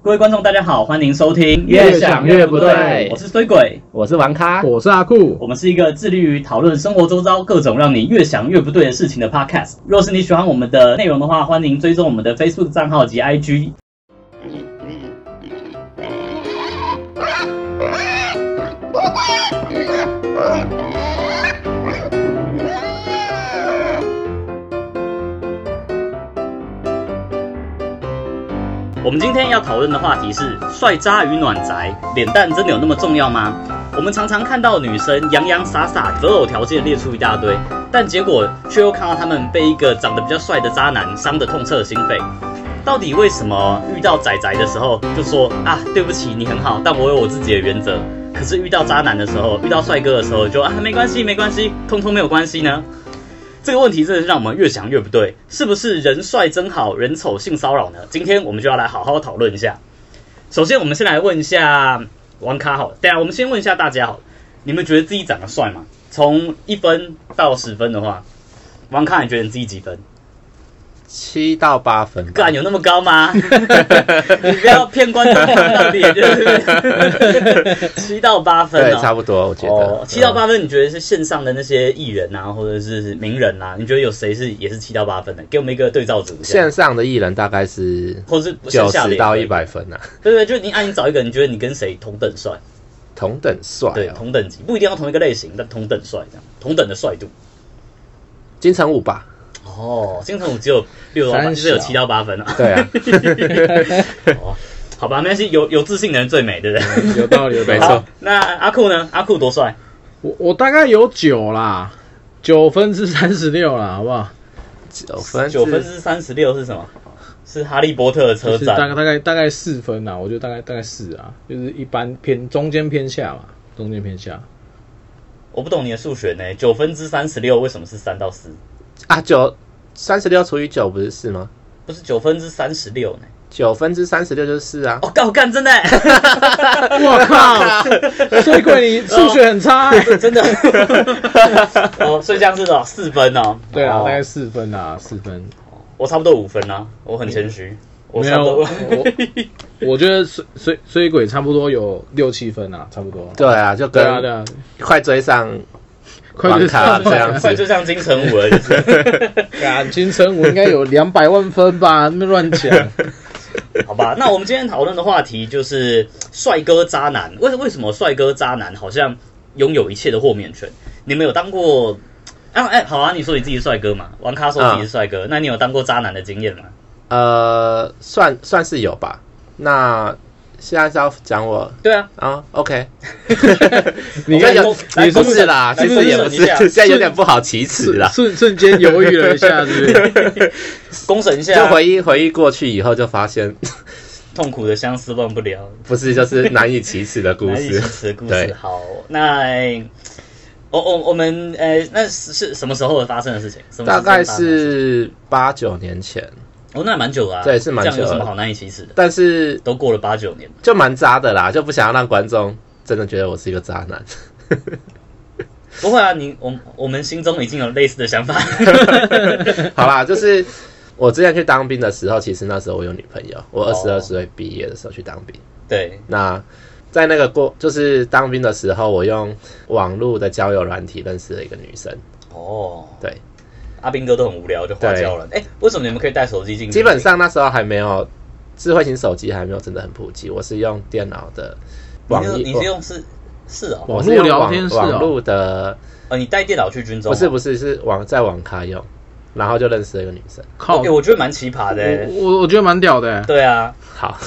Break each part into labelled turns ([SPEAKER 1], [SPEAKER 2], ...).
[SPEAKER 1] 各位观众，大家好，欢迎收听，
[SPEAKER 2] 越想越不对
[SPEAKER 1] 我是衰鬼，
[SPEAKER 2] 我是王咖，
[SPEAKER 3] 我是阿酷，
[SPEAKER 1] 我们是一个致力于讨论生活周遭各种让你越想越不对的事情的 podcast。若是你喜欢我们的内容的话，欢迎追踪我们的 Facebook 账号及 IG。我们今天要讨论的话题是帅渣与暖宅，脸蛋真的有那么重要吗？我们常常看到女生洋洋洒洒、择偶条件列出一大堆，但结果却又看到她们被一个长得比较帅的渣男伤得痛彻心扉。到底为什么遇到仔仔的时候就说啊，对不起，你很好，但我有我自己的原则。可是遇到渣男的时候，遇到帅哥的时候就啊，没关系，没关系，通通没有关系呢？这个问题真的是让我们越想越不对，是不是人帅真好人丑性骚扰呢？今天我们就要来好好讨论一下。首先，我们先来问一下王卡好了，对啊，我们先问一下大家好了，你们觉得自己长得帅吗？从一分到十分的话，王卡，你觉得你自己几分？
[SPEAKER 2] 七到八分吧。
[SPEAKER 1] 干有那么高 吗？你不要骗观众看到脸， 就是七到八分
[SPEAKER 2] 对，
[SPEAKER 1] 哦。
[SPEAKER 2] 差不多，我觉
[SPEAKER 1] 哦
[SPEAKER 2] 得，
[SPEAKER 1] 七到
[SPEAKER 2] 嗯
[SPEAKER 1] 八分，你觉得是线上的那些艺人啊，或者是名人啊，你觉得有谁是也是七到八分的？给我们一个对照组一下，
[SPEAKER 2] 线上的艺人大概是
[SPEAKER 1] 或是
[SPEAKER 2] 九
[SPEAKER 1] 剩下的
[SPEAKER 2] 十
[SPEAKER 1] 也
[SPEAKER 2] 到
[SPEAKER 1] 可以
[SPEAKER 2] 一，百分啊，
[SPEAKER 1] 对对，对就你按、你找一个，你觉得你跟谁同等帅？
[SPEAKER 2] 同等帅
[SPEAKER 1] 对，
[SPEAKER 2] 哦。
[SPEAKER 1] 同等级不一定要同一个类型，但同等帅这样，同等的帅度。
[SPEAKER 2] 金城武吧？
[SPEAKER 1] 哦，金城武只有六到八，
[SPEAKER 3] 三
[SPEAKER 1] 就是有七到八分啊。
[SPEAKER 2] 对啊，啊
[SPEAKER 1] 哦， 好吧，没关系，有有自信的人最美，对不对？
[SPEAKER 3] 有道理，有道
[SPEAKER 2] 没
[SPEAKER 3] 理
[SPEAKER 2] 错
[SPEAKER 1] 好。那阿酷呢？阿酷多帅？
[SPEAKER 3] 我我大概有九啦，九分之三十六啦，好不好？
[SPEAKER 2] 九分，
[SPEAKER 1] 九分。之三十六是什么？是哈利波特的车
[SPEAKER 3] 就是大概
[SPEAKER 1] 站。
[SPEAKER 3] 大概大概四分啦，我觉得大概大概四啊，就是一般偏中间偏下嘛，中间 偏下。
[SPEAKER 1] 我不懂你的数学呢。九分之三十六为什么是三到四？
[SPEAKER 2] 啊，九三十六除以九不是四吗？
[SPEAKER 1] 不是九分之三十六呢？
[SPEAKER 2] 九分之三十六就是四啊。
[SPEAKER 1] 哦，干我干真的欸，
[SPEAKER 3] 我靠，水鬼你数学很 差欸、
[SPEAKER 1] 真的。哦，所以这样是哦，四分哦。
[SPEAKER 3] 对啊，
[SPEAKER 1] 哦
[SPEAKER 3] 大概四分啦，四分。
[SPEAKER 1] 我差不多五分啊，我很谦虚。我
[SPEAKER 3] 没
[SPEAKER 1] 差
[SPEAKER 3] 有
[SPEAKER 1] 不多
[SPEAKER 3] 我， 我觉得水水水鬼差不多有六七分啦，差不多。
[SPEAKER 2] 对啊，就
[SPEAKER 3] 对啊对
[SPEAKER 2] 跟
[SPEAKER 3] 啊，
[SPEAKER 2] 快追上
[SPEAKER 3] 快
[SPEAKER 2] 王卡啊这 样
[SPEAKER 1] 快就
[SPEAKER 2] 子。
[SPEAKER 1] 像金城武了，就是。
[SPEAKER 3] 感金城武应该有两百万分吧？那么乱 讲。
[SPEAKER 1] 好吧，那我们今天讨论的话题就是帅哥渣男。为为什么帅哥渣男好像拥有一切的豁免权？你们有当过？啊，哎、好啊，你说你自己是帅哥嘛？王咖说自己是帅哥，那你有当过渣男的经验吗？
[SPEAKER 2] 呃，算算是有吧。那现在是要讲我
[SPEAKER 1] 对啊，
[SPEAKER 2] 啊，OK，
[SPEAKER 3] 你
[SPEAKER 1] 看
[SPEAKER 3] 看
[SPEAKER 1] 有
[SPEAKER 3] 有，
[SPEAKER 1] 你是啊
[SPEAKER 3] 你是
[SPEAKER 2] 不
[SPEAKER 1] 哎不
[SPEAKER 2] 是啦，
[SPEAKER 1] 来
[SPEAKER 2] 其
[SPEAKER 1] 公
[SPEAKER 2] 实也不
[SPEAKER 1] 审一
[SPEAKER 2] 是
[SPEAKER 1] 下，
[SPEAKER 2] 现在有点不好启齿啦。
[SPEAKER 3] 瞬瞬间犹豫了一下，是不是？
[SPEAKER 1] 公审一
[SPEAKER 2] 就
[SPEAKER 1] 下，
[SPEAKER 2] 回忆回忆过去以后，就发现
[SPEAKER 1] 痛苦的相思忘不了，
[SPEAKER 2] 不是就是难以启齿的故
[SPEAKER 1] 难以启
[SPEAKER 2] 事。
[SPEAKER 1] 齿的故事。
[SPEAKER 2] 对
[SPEAKER 1] 好，那我我我们呃，那是是什么时候发生的事情？什么时
[SPEAKER 2] 大
[SPEAKER 1] 间
[SPEAKER 2] 概
[SPEAKER 1] 发生的事情
[SPEAKER 2] 是八九年前，
[SPEAKER 1] 哦，那蛮久了、啊，
[SPEAKER 2] 对是蛮久
[SPEAKER 1] 这样有什么
[SPEAKER 2] 了
[SPEAKER 1] 好难以启齿的？
[SPEAKER 2] 但是
[SPEAKER 1] 都过了八九年了，
[SPEAKER 2] 就蛮渣的啦，就不想要让观众真的觉得我是一个渣男。
[SPEAKER 1] 不会啊，你我我们心中已经有类似的想 法。
[SPEAKER 2] 好啦，就是我之前去当兵的时候，其实那时候我有女朋友，我二十
[SPEAKER 1] 哦
[SPEAKER 2] 二岁毕业的时候去当兵。
[SPEAKER 1] 对，
[SPEAKER 2] 那在那个过就是当兵的时候，我用网络的交友软体认识了一个女生。
[SPEAKER 1] 哦，
[SPEAKER 2] 对，
[SPEAKER 1] 阿兵哥都很无聊，就花椒了。哎，为什么你们可以带手机进去？
[SPEAKER 2] 基本上那时候还没有智慧型手机，还没有真的很普及。我是用电脑的网
[SPEAKER 1] 你是
[SPEAKER 2] 页，
[SPEAKER 1] 你是用是是哦，
[SPEAKER 2] 我
[SPEAKER 3] 网
[SPEAKER 2] 是
[SPEAKER 3] 络
[SPEAKER 2] 用
[SPEAKER 3] 聊
[SPEAKER 2] 网
[SPEAKER 3] 天室
[SPEAKER 2] 网
[SPEAKER 3] 哦，
[SPEAKER 2] 络的，
[SPEAKER 1] 哦，你带电脑去军中哦？
[SPEAKER 2] 不是不是是网在网咖用，然后就认识了一个女生。
[SPEAKER 3] 靠，
[SPEAKER 1] 哎，
[SPEAKER 3] 我
[SPEAKER 1] 我觉得蛮奇葩的
[SPEAKER 2] 哦
[SPEAKER 1] 欸。
[SPEAKER 3] 我我觉得蛮屌的欸。
[SPEAKER 1] 对啊，
[SPEAKER 2] 好，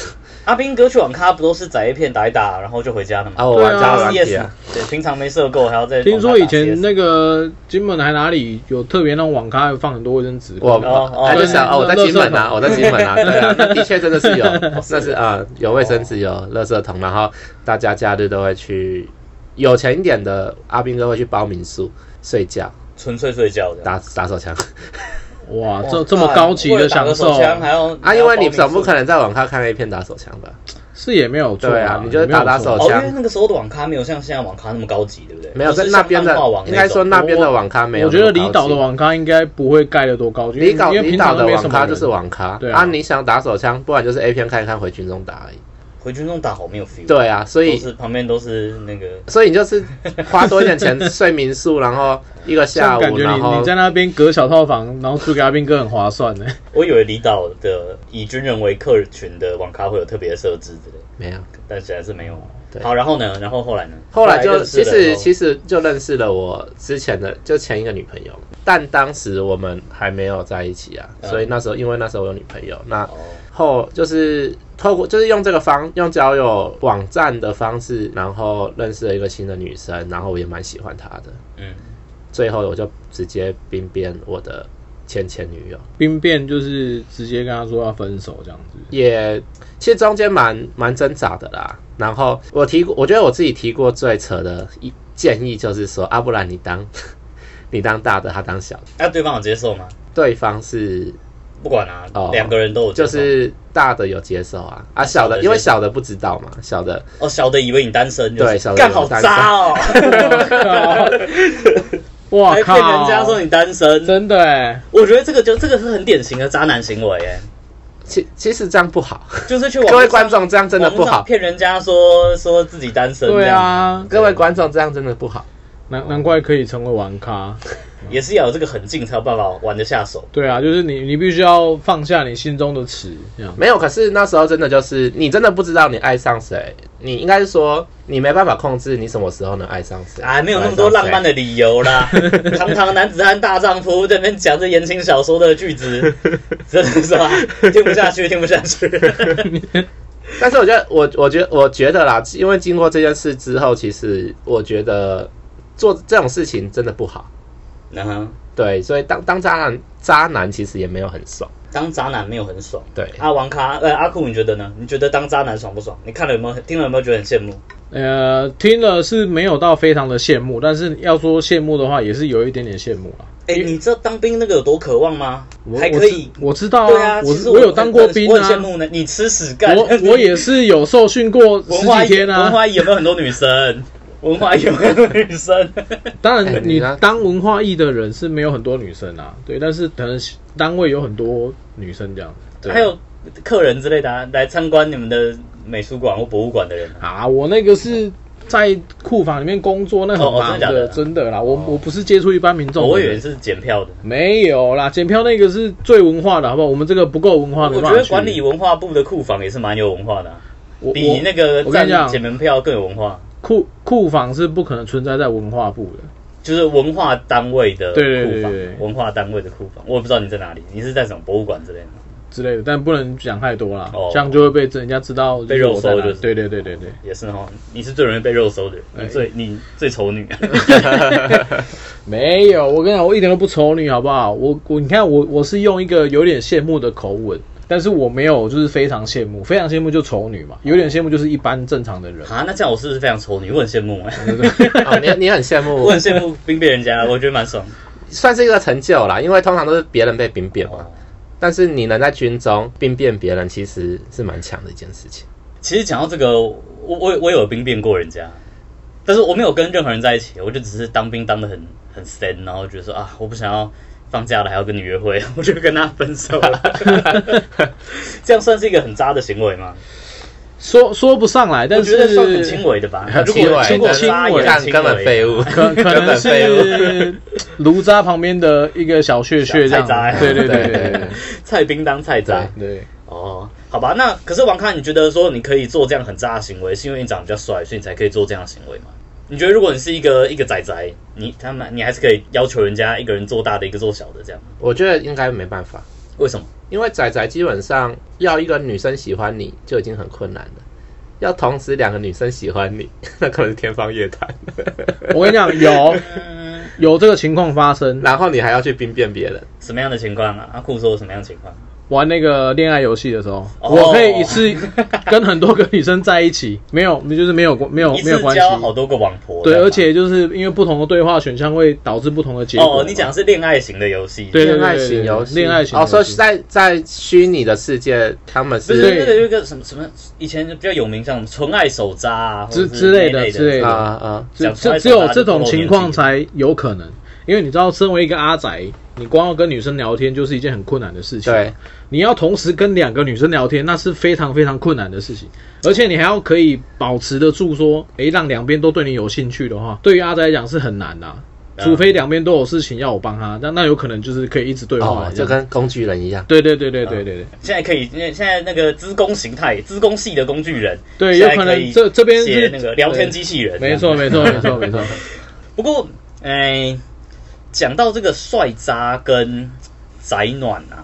[SPEAKER 1] 阿兵哥去网咖不都是载一片打一打，然后就回家了吗？
[SPEAKER 2] 啊，我
[SPEAKER 3] 对啊
[SPEAKER 2] 玩交友软
[SPEAKER 1] CS
[SPEAKER 2] 体啊，
[SPEAKER 1] 对，平常没射够，还要再
[SPEAKER 3] 听说以前
[SPEAKER 1] 网咖打 CS
[SPEAKER 3] 那个金门还哪里有特别那种网咖，放很多卫生纸。
[SPEAKER 2] 我
[SPEAKER 1] 哦哦
[SPEAKER 2] 他就想
[SPEAKER 3] 对
[SPEAKER 2] 哦，我在金门
[SPEAKER 3] 垃圾
[SPEAKER 2] 啊，
[SPEAKER 3] 桶
[SPEAKER 2] 我在金门啊，对啊，那的确真的是有，那是啊，有卫生纸，有垃圾桶，然后大家假日都会去，有钱一点的阿兵哥会去包民宿睡觉，
[SPEAKER 1] 纯粹睡觉的。
[SPEAKER 2] 打打手枪
[SPEAKER 3] 哇，
[SPEAKER 1] 哇
[SPEAKER 3] 这这么高级
[SPEAKER 1] 为
[SPEAKER 3] 的
[SPEAKER 1] 了打
[SPEAKER 3] 享
[SPEAKER 1] 个
[SPEAKER 3] 受
[SPEAKER 1] 手，枪还要
[SPEAKER 2] 啊，因为你总不
[SPEAKER 1] 能。
[SPEAKER 2] 可能在网咖看 A 片打手枪吧？
[SPEAKER 3] 是也没有错
[SPEAKER 2] 对啊你就是
[SPEAKER 3] 也没有
[SPEAKER 2] 打打
[SPEAKER 3] 错
[SPEAKER 2] 手
[SPEAKER 1] 哦，
[SPEAKER 2] 枪
[SPEAKER 1] 因为那个时候的网咖没有像现在网咖那么高级，对不对？
[SPEAKER 2] 没有
[SPEAKER 1] 不
[SPEAKER 2] 在
[SPEAKER 1] 是
[SPEAKER 2] 那
[SPEAKER 1] 像
[SPEAKER 2] 边的
[SPEAKER 1] 漫画网，
[SPEAKER 2] 应该说
[SPEAKER 1] 种
[SPEAKER 2] 那边的网咖没有
[SPEAKER 3] 我
[SPEAKER 2] 那
[SPEAKER 3] 觉
[SPEAKER 2] 么高
[SPEAKER 3] 得
[SPEAKER 2] 级。
[SPEAKER 3] 离岛的网咖应该不会盖得多高，因为
[SPEAKER 2] 离岛
[SPEAKER 3] 因为
[SPEAKER 2] 离
[SPEAKER 3] 平
[SPEAKER 2] 岛
[SPEAKER 3] 常
[SPEAKER 2] 的
[SPEAKER 3] 都没
[SPEAKER 2] 网
[SPEAKER 3] 什么
[SPEAKER 2] 咖
[SPEAKER 3] 人
[SPEAKER 2] 就是网咖
[SPEAKER 3] 对啊
[SPEAKER 2] 啊，你想打手枪，不然就是 A 片看一看回军中打而已。
[SPEAKER 1] 回军中打好没有 feel，，
[SPEAKER 2] 对啊，所
[SPEAKER 1] 都
[SPEAKER 2] 以
[SPEAKER 1] 是旁边都是那个
[SPEAKER 2] 所以你就是花多一点 钱睡民宿，然后一个下
[SPEAKER 3] 像感
[SPEAKER 2] 午，
[SPEAKER 3] 觉
[SPEAKER 2] 然
[SPEAKER 3] 你
[SPEAKER 2] 后
[SPEAKER 3] 你在那边隔小套房，然后租给阿兵哥很划算欸呢。
[SPEAKER 1] 我以为离岛的以军人为客群的网咖会有特别的设置之类，
[SPEAKER 2] 没有。
[SPEAKER 1] 但显然是没有。啊
[SPEAKER 2] 对
[SPEAKER 1] 好，然后呢？然后后来呢？
[SPEAKER 2] 后来就
[SPEAKER 1] 认识
[SPEAKER 2] 其
[SPEAKER 1] 了
[SPEAKER 2] 实
[SPEAKER 1] 哦
[SPEAKER 2] 其实就认识了我之前的就前一个女朋友，但当时我们还没有在一起啊，
[SPEAKER 1] 嗯
[SPEAKER 2] 所以那时候因为那时候我有女朋友，那
[SPEAKER 1] 哦
[SPEAKER 2] 后就是透过就是用这个方用交友网站的方式，然后认识了一个新的女生，然后我也蛮喜欢她的，
[SPEAKER 1] 嗯，
[SPEAKER 2] 最后我就直接兵变我的前前女友，
[SPEAKER 3] 兵变就是直接跟他说要分手这样 子，
[SPEAKER 2] 也其实中间蛮蛮挣扎的啦。然后我提过，我觉得我自己提过最扯的一建议就是说，啊，不然你当 你当大的，他当小的，
[SPEAKER 1] 那、哎对方有接受吗？
[SPEAKER 2] 对方是
[SPEAKER 1] 不管啊
[SPEAKER 2] 哦，
[SPEAKER 1] 两、个人都有接
[SPEAKER 2] 就
[SPEAKER 1] 受，
[SPEAKER 2] 是大的有接受啊，啊小
[SPEAKER 1] 小的接
[SPEAKER 2] 的
[SPEAKER 1] 受
[SPEAKER 2] 因为小的不知道嘛，小的
[SPEAKER 1] 哦，小的以为你单身，就是
[SPEAKER 2] 对小的以
[SPEAKER 1] 干
[SPEAKER 2] 为我
[SPEAKER 1] 好
[SPEAKER 2] 单身
[SPEAKER 1] 渣哦，
[SPEAKER 3] 哇
[SPEAKER 1] 还
[SPEAKER 3] 靠！
[SPEAKER 1] 骗人家说你单身，
[SPEAKER 3] 真的哎，
[SPEAKER 1] 我觉得这个就这个是很典型的渣男行为，哎，
[SPEAKER 2] 其其实这样不好，
[SPEAKER 1] 就是去网
[SPEAKER 2] 各位
[SPEAKER 1] 络上
[SPEAKER 2] 观众这样真的不
[SPEAKER 1] 网络上
[SPEAKER 2] 好，
[SPEAKER 1] 骗人家说说自己单身，
[SPEAKER 3] 对，啊，
[SPEAKER 2] 各位观众这样真的不好，
[SPEAKER 3] 难难怪可以成为玩咖。
[SPEAKER 1] 也是要有这个很劲才有办法玩得下手。
[SPEAKER 3] 对啊，就是你你必须要放下你心中的尺，这样
[SPEAKER 2] 没有，可是那时候真的就是你真的不知道你爱上谁，你应该是说你没办法控制你什么时候能爱上谁，
[SPEAKER 1] 哎，没有那么多浪漫的理由 啦！堂堂男子汉大丈夫在那边讲这言情小说的句子， 真的是吧？听不下去，听不下去。
[SPEAKER 2] 但是我觉得，我我觉得我觉得啦，因为经过这件事之后，其实我觉得做这种事情真的不好。
[SPEAKER 1] 然后
[SPEAKER 2] 对，所以当当渣男，渣男其实也没有很爽。
[SPEAKER 1] 当渣男没有很爽。
[SPEAKER 2] 对，
[SPEAKER 1] 阿王咖，呃，阿酷，你觉得呢？你觉得当渣男爽不爽？你看了有没有？听了有没有觉得很羡慕？
[SPEAKER 3] 呃，听了是没有到非常的羡慕，但是要说羡慕的话，也是有一点点羡慕啦。
[SPEAKER 1] 哎、你知道当兵那个有多渴望吗？
[SPEAKER 3] 我
[SPEAKER 1] 还可以。
[SPEAKER 3] 我知我知道
[SPEAKER 1] 对啊，
[SPEAKER 3] 我
[SPEAKER 1] 其
[SPEAKER 3] 是
[SPEAKER 1] 实
[SPEAKER 3] 我有当过兵
[SPEAKER 1] 我很羡
[SPEAKER 3] 啊，
[SPEAKER 1] 慕呢。你吃屎干！
[SPEAKER 3] 我我也是有受训 过
[SPEAKER 1] 文
[SPEAKER 3] 十
[SPEAKER 1] 化
[SPEAKER 3] 几天
[SPEAKER 1] 文
[SPEAKER 3] 啊。
[SPEAKER 1] 化艺有没有很多女生？文化艺有没有很多女生？
[SPEAKER 3] 当
[SPEAKER 2] 哎
[SPEAKER 3] 然，
[SPEAKER 2] 你
[SPEAKER 3] 你
[SPEAKER 2] 呢
[SPEAKER 3] 当文化艺的人是没有很多女生啊，对，但是可能单位有很多女生这样。 对啊
[SPEAKER 1] 还有客人之类的、啊、来参观你们的美术馆或博物馆的人、啊，
[SPEAKER 3] 啊，我那个是在库房里面工作，那很
[SPEAKER 1] 哦哦真的
[SPEAKER 3] 忙
[SPEAKER 1] 假的哦
[SPEAKER 3] 真的啦，我我不是接触一般民众的，
[SPEAKER 1] 我以为是检票的。
[SPEAKER 3] 没有啦，检票那个是最文化的，好不好？我们这个不够文化，
[SPEAKER 1] 我
[SPEAKER 3] 没
[SPEAKER 1] 觉
[SPEAKER 3] 办法
[SPEAKER 1] 得
[SPEAKER 3] 去
[SPEAKER 1] 管理，文化部的库房也是蛮有文化的啊、
[SPEAKER 3] 我
[SPEAKER 1] 比那个
[SPEAKER 3] 我跟你
[SPEAKER 1] 站
[SPEAKER 3] 讲
[SPEAKER 1] 检门票更有文化，
[SPEAKER 3] 库库房是不可能存在在文化部的。
[SPEAKER 1] 就是文化单位的库房，
[SPEAKER 3] 对对对对对
[SPEAKER 1] 文化单位的库房。我也不知道你在哪里，你是在什么博物馆之类的吗？
[SPEAKER 3] 之类的，但不能讲太多啦，
[SPEAKER 1] 哦
[SPEAKER 3] 这样就会被人家知道
[SPEAKER 1] 被肉搜
[SPEAKER 3] 我在哪
[SPEAKER 1] 就是
[SPEAKER 3] 对对对对对，
[SPEAKER 1] 也是哈，你是最容易被肉搜的人，
[SPEAKER 3] 哎
[SPEAKER 1] 你最你最丑 女。
[SPEAKER 3] 没有，我跟你讲，我一点都不丑女，好不好？我我你看我我是用一个有点羡慕的口吻，但是我没有就是非常羡慕，非常羡慕就丑女嘛，有点羡慕就是一般正常的人。
[SPEAKER 1] 啊，那这样我是不是非常丑女？我很羡慕哎、
[SPEAKER 2] 哦，你 你很羡
[SPEAKER 1] 我
[SPEAKER 2] 慕
[SPEAKER 1] 很，羡慕兵变人家，我觉得蛮爽。
[SPEAKER 2] 算是一个成就啦，因为通常都是别人被兵变嘛
[SPEAKER 1] 哦。
[SPEAKER 2] 但是你能在军中兵变别人，其实是蛮强的一件事 情。
[SPEAKER 1] 其实讲到这个，我我我有兵变过人家，但是我没有跟任何人在一起，我就只是当兵当的很很 sad，然后觉得说啊，我不想要放假了还要跟你约会， 我就跟他分手了。 这样算是一个很渣的行为吗？
[SPEAKER 3] 说说不上来，
[SPEAKER 1] 我
[SPEAKER 3] 但
[SPEAKER 1] 觉
[SPEAKER 3] 是
[SPEAKER 1] 得算很轻啊微的 吧。如
[SPEAKER 2] 轻
[SPEAKER 1] 果
[SPEAKER 2] 微
[SPEAKER 1] 如果
[SPEAKER 2] 但是
[SPEAKER 1] 渣也很
[SPEAKER 2] 干
[SPEAKER 1] 轻微
[SPEAKER 2] 根本废物，
[SPEAKER 3] 可可
[SPEAKER 2] 根
[SPEAKER 3] 能
[SPEAKER 2] 本废物。
[SPEAKER 3] 是卢渣旁边的一个小穴穴这
[SPEAKER 1] 小菜
[SPEAKER 3] 样，
[SPEAKER 1] 渣啊
[SPEAKER 3] 对对对对
[SPEAKER 2] 对
[SPEAKER 3] 对
[SPEAKER 1] 菜兵当菜渣
[SPEAKER 2] 对
[SPEAKER 3] 对，
[SPEAKER 1] 哦，好吧。那可是王康，你觉得说你可以做这样很渣的行为，是因为你长得比较帅，所以你才可以做这样的行为吗？你觉得如果你是一个一个仔仔，你他们你还是可以要求人家一个人做大的，一个做小的这样？
[SPEAKER 2] 我觉得应该没办法，
[SPEAKER 1] 为什么？
[SPEAKER 2] 因为仔仔基本上要一个女生喜欢你就已经很困难了，要同时两个女生喜欢你， 那可能是天方夜谭。
[SPEAKER 3] 嗯我跟你讲，有有这个情况发生，
[SPEAKER 2] 然后你还要去兵变别人，
[SPEAKER 1] 什么样的情况啊？阿酷说什么样的情况？
[SPEAKER 3] 玩那个恋爱游戏的时候，
[SPEAKER 1] 哦
[SPEAKER 3] 我可以一次跟很多个女生在一起，没有，就是没有没有
[SPEAKER 1] 一
[SPEAKER 3] 哦没有
[SPEAKER 1] 次
[SPEAKER 3] 关系。
[SPEAKER 1] 交好多个网婆。
[SPEAKER 3] 对，
[SPEAKER 1] 这样吗
[SPEAKER 3] 而且就是因为不同的对话选项会导致不同的结果嘛。
[SPEAKER 1] 哦，你讲的是恋爱型的游戏，
[SPEAKER 3] 对对
[SPEAKER 2] 恋爱型游戏，
[SPEAKER 3] 恋爱型
[SPEAKER 2] 哦，
[SPEAKER 3] 游戏
[SPEAKER 2] 所以在在虚拟的世界，他们
[SPEAKER 1] 不
[SPEAKER 2] 是
[SPEAKER 1] 是
[SPEAKER 3] 对
[SPEAKER 1] 那个有一个什么什么，以前比较有名，像什么纯爱手札啊
[SPEAKER 3] 之
[SPEAKER 1] 或者是
[SPEAKER 3] 之类的
[SPEAKER 1] 那
[SPEAKER 3] 之类
[SPEAKER 2] 啊
[SPEAKER 3] 的
[SPEAKER 2] 啊，
[SPEAKER 3] 只
[SPEAKER 1] 讲出来
[SPEAKER 3] 只只有
[SPEAKER 1] 大家就
[SPEAKER 3] 这种
[SPEAKER 1] 透露
[SPEAKER 3] 情
[SPEAKER 1] 年
[SPEAKER 3] 况
[SPEAKER 1] 纪
[SPEAKER 3] 才有可能，因为你知道，身为一个阿宅，你光要跟女生聊天就是一件很困难的事情。
[SPEAKER 2] 对，
[SPEAKER 3] 你要同时跟两个女生聊天，那是非常非常困难的事情，而且你还要可以保持得住说，诶，让两边都对你有兴趣的话，对于阿宅来讲是很难的、啊
[SPEAKER 1] 嗯
[SPEAKER 3] 除非两边都有事情要我帮他，那那有可能就是可以一直对话
[SPEAKER 2] 哦
[SPEAKER 3] 嘛，，这
[SPEAKER 2] 就
[SPEAKER 3] 样
[SPEAKER 2] 跟工具人一样，
[SPEAKER 3] 对对对对对对对。
[SPEAKER 1] 现在可以，因为现在那个资工形态、资工系的工具人，
[SPEAKER 3] 对
[SPEAKER 1] 现在
[SPEAKER 3] 有可能
[SPEAKER 1] 以
[SPEAKER 3] 这这边是
[SPEAKER 1] 写那个聊天机器人，
[SPEAKER 3] 没错，。没错，没错，没错。
[SPEAKER 1] 不过，哎，讲到这个帅渣跟宅暖啊，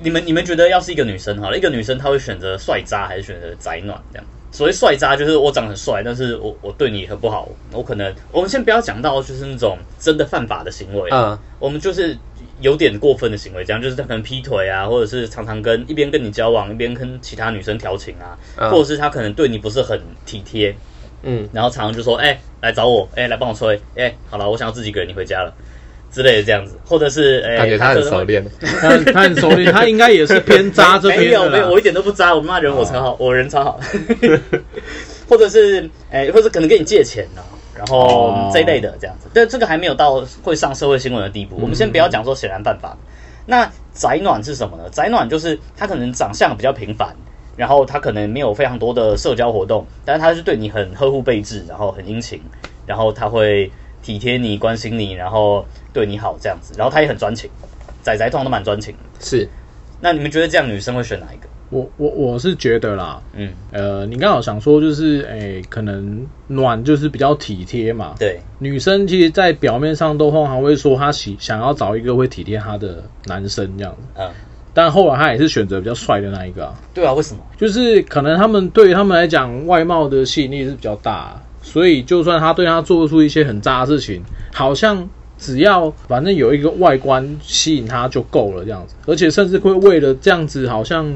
[SPEAKER 1] 你们你们觉得要是一个女生好了，一个女生她会选择帅渣还是选择宅暖这样？所谓帅渣就是我长得很帅，但是我我对你很不好，我可能我们先不要讲到就是那种真的犯法的行为，
[SPEAKER 2] 嗯，
[SPEAKER 1] 我们就是有点过分的行为，这样就是他可能劈腿啊，或者是常常跟一边跟你交往，一边跟其他女生调情啊，
[SPEAKER 2] 嗯
[SPEAKER 1] 或者是他可能对你不是很体贴，
[SPEAKER 2] 嗯，
[SPEAKER 1] 然后常常就说，哎、来找我，哎、来帮我吹，哎、好了，我想要自己一个人，你回家了。之类的这样子，或者是哎，
[SPEAKER 2] 感觉他很
[SPEAKER 1] 可能
[SPEAKER 2] 熟
[SPEAKER 1] 会
[SPEAKER 2] 练，
[SPEAKER 3] 他他很熟练，他应该也是偏渣这
[SPEAKER 1] 没
[SPEAKER 3] 边
[SPEAKER 1] 有
[SPEAKER 3] 的
[SPEAKER 1] 没有，
[SPEAKER 3] 啦哦
[SPEAKER 1] 我一点都不渣，我骂人我超好，我人超 好。或者是哎、或者可能跟你借钱啊，然后
[SPEAKER 3] 哦
[SPEAKER 1] 这一类的这样子。但这个还没有到会上社会新闻的地步。
[SPEAKER 3] 嗯
[SPEAKER 1] 我们先不要讲说显然犯法。那宅暖是什么呢？宅暖就是他可能长相比较平凡，然后他可能没有非常多的社交活动，但是他是对你很呵护备至，然后很殷勤，然后他会体贴你、关心你，然后对你好这样子，然后他也很专情。仔仔通常都蛮专情的。
[SPEAKER 2] 是
[SPEAKER 1] 那你们觉得这样女生会选哪一个？
[SPEAKER 3] 我我我是觉得啦，
[SPEAKER 1] 嗯，
[SPEAKER 3] 呃，你刚好想说就是，哎、可能暖就是比较体贴嘛。
[SPEAKER 1] 对，
[SPEAKER 3] 女生其实，在表面上都通常会说她喜想要找一个会体贴她的男生这样子，
[SPEAKER 1] 嗯，
[SPEAKER 3] 但后来她也是选择比较帅的那一个、啊，
[SPEAKER 1] 对啊，为什么？
[SPEAKER 3] 就是可能他们对于他们来讲，外貌的吸引力是比较大、所以就算他对他做出一些很渣的事情，好像只要反正有一个外观吸引他就够了这样子，而且甚至会为了这样子，好像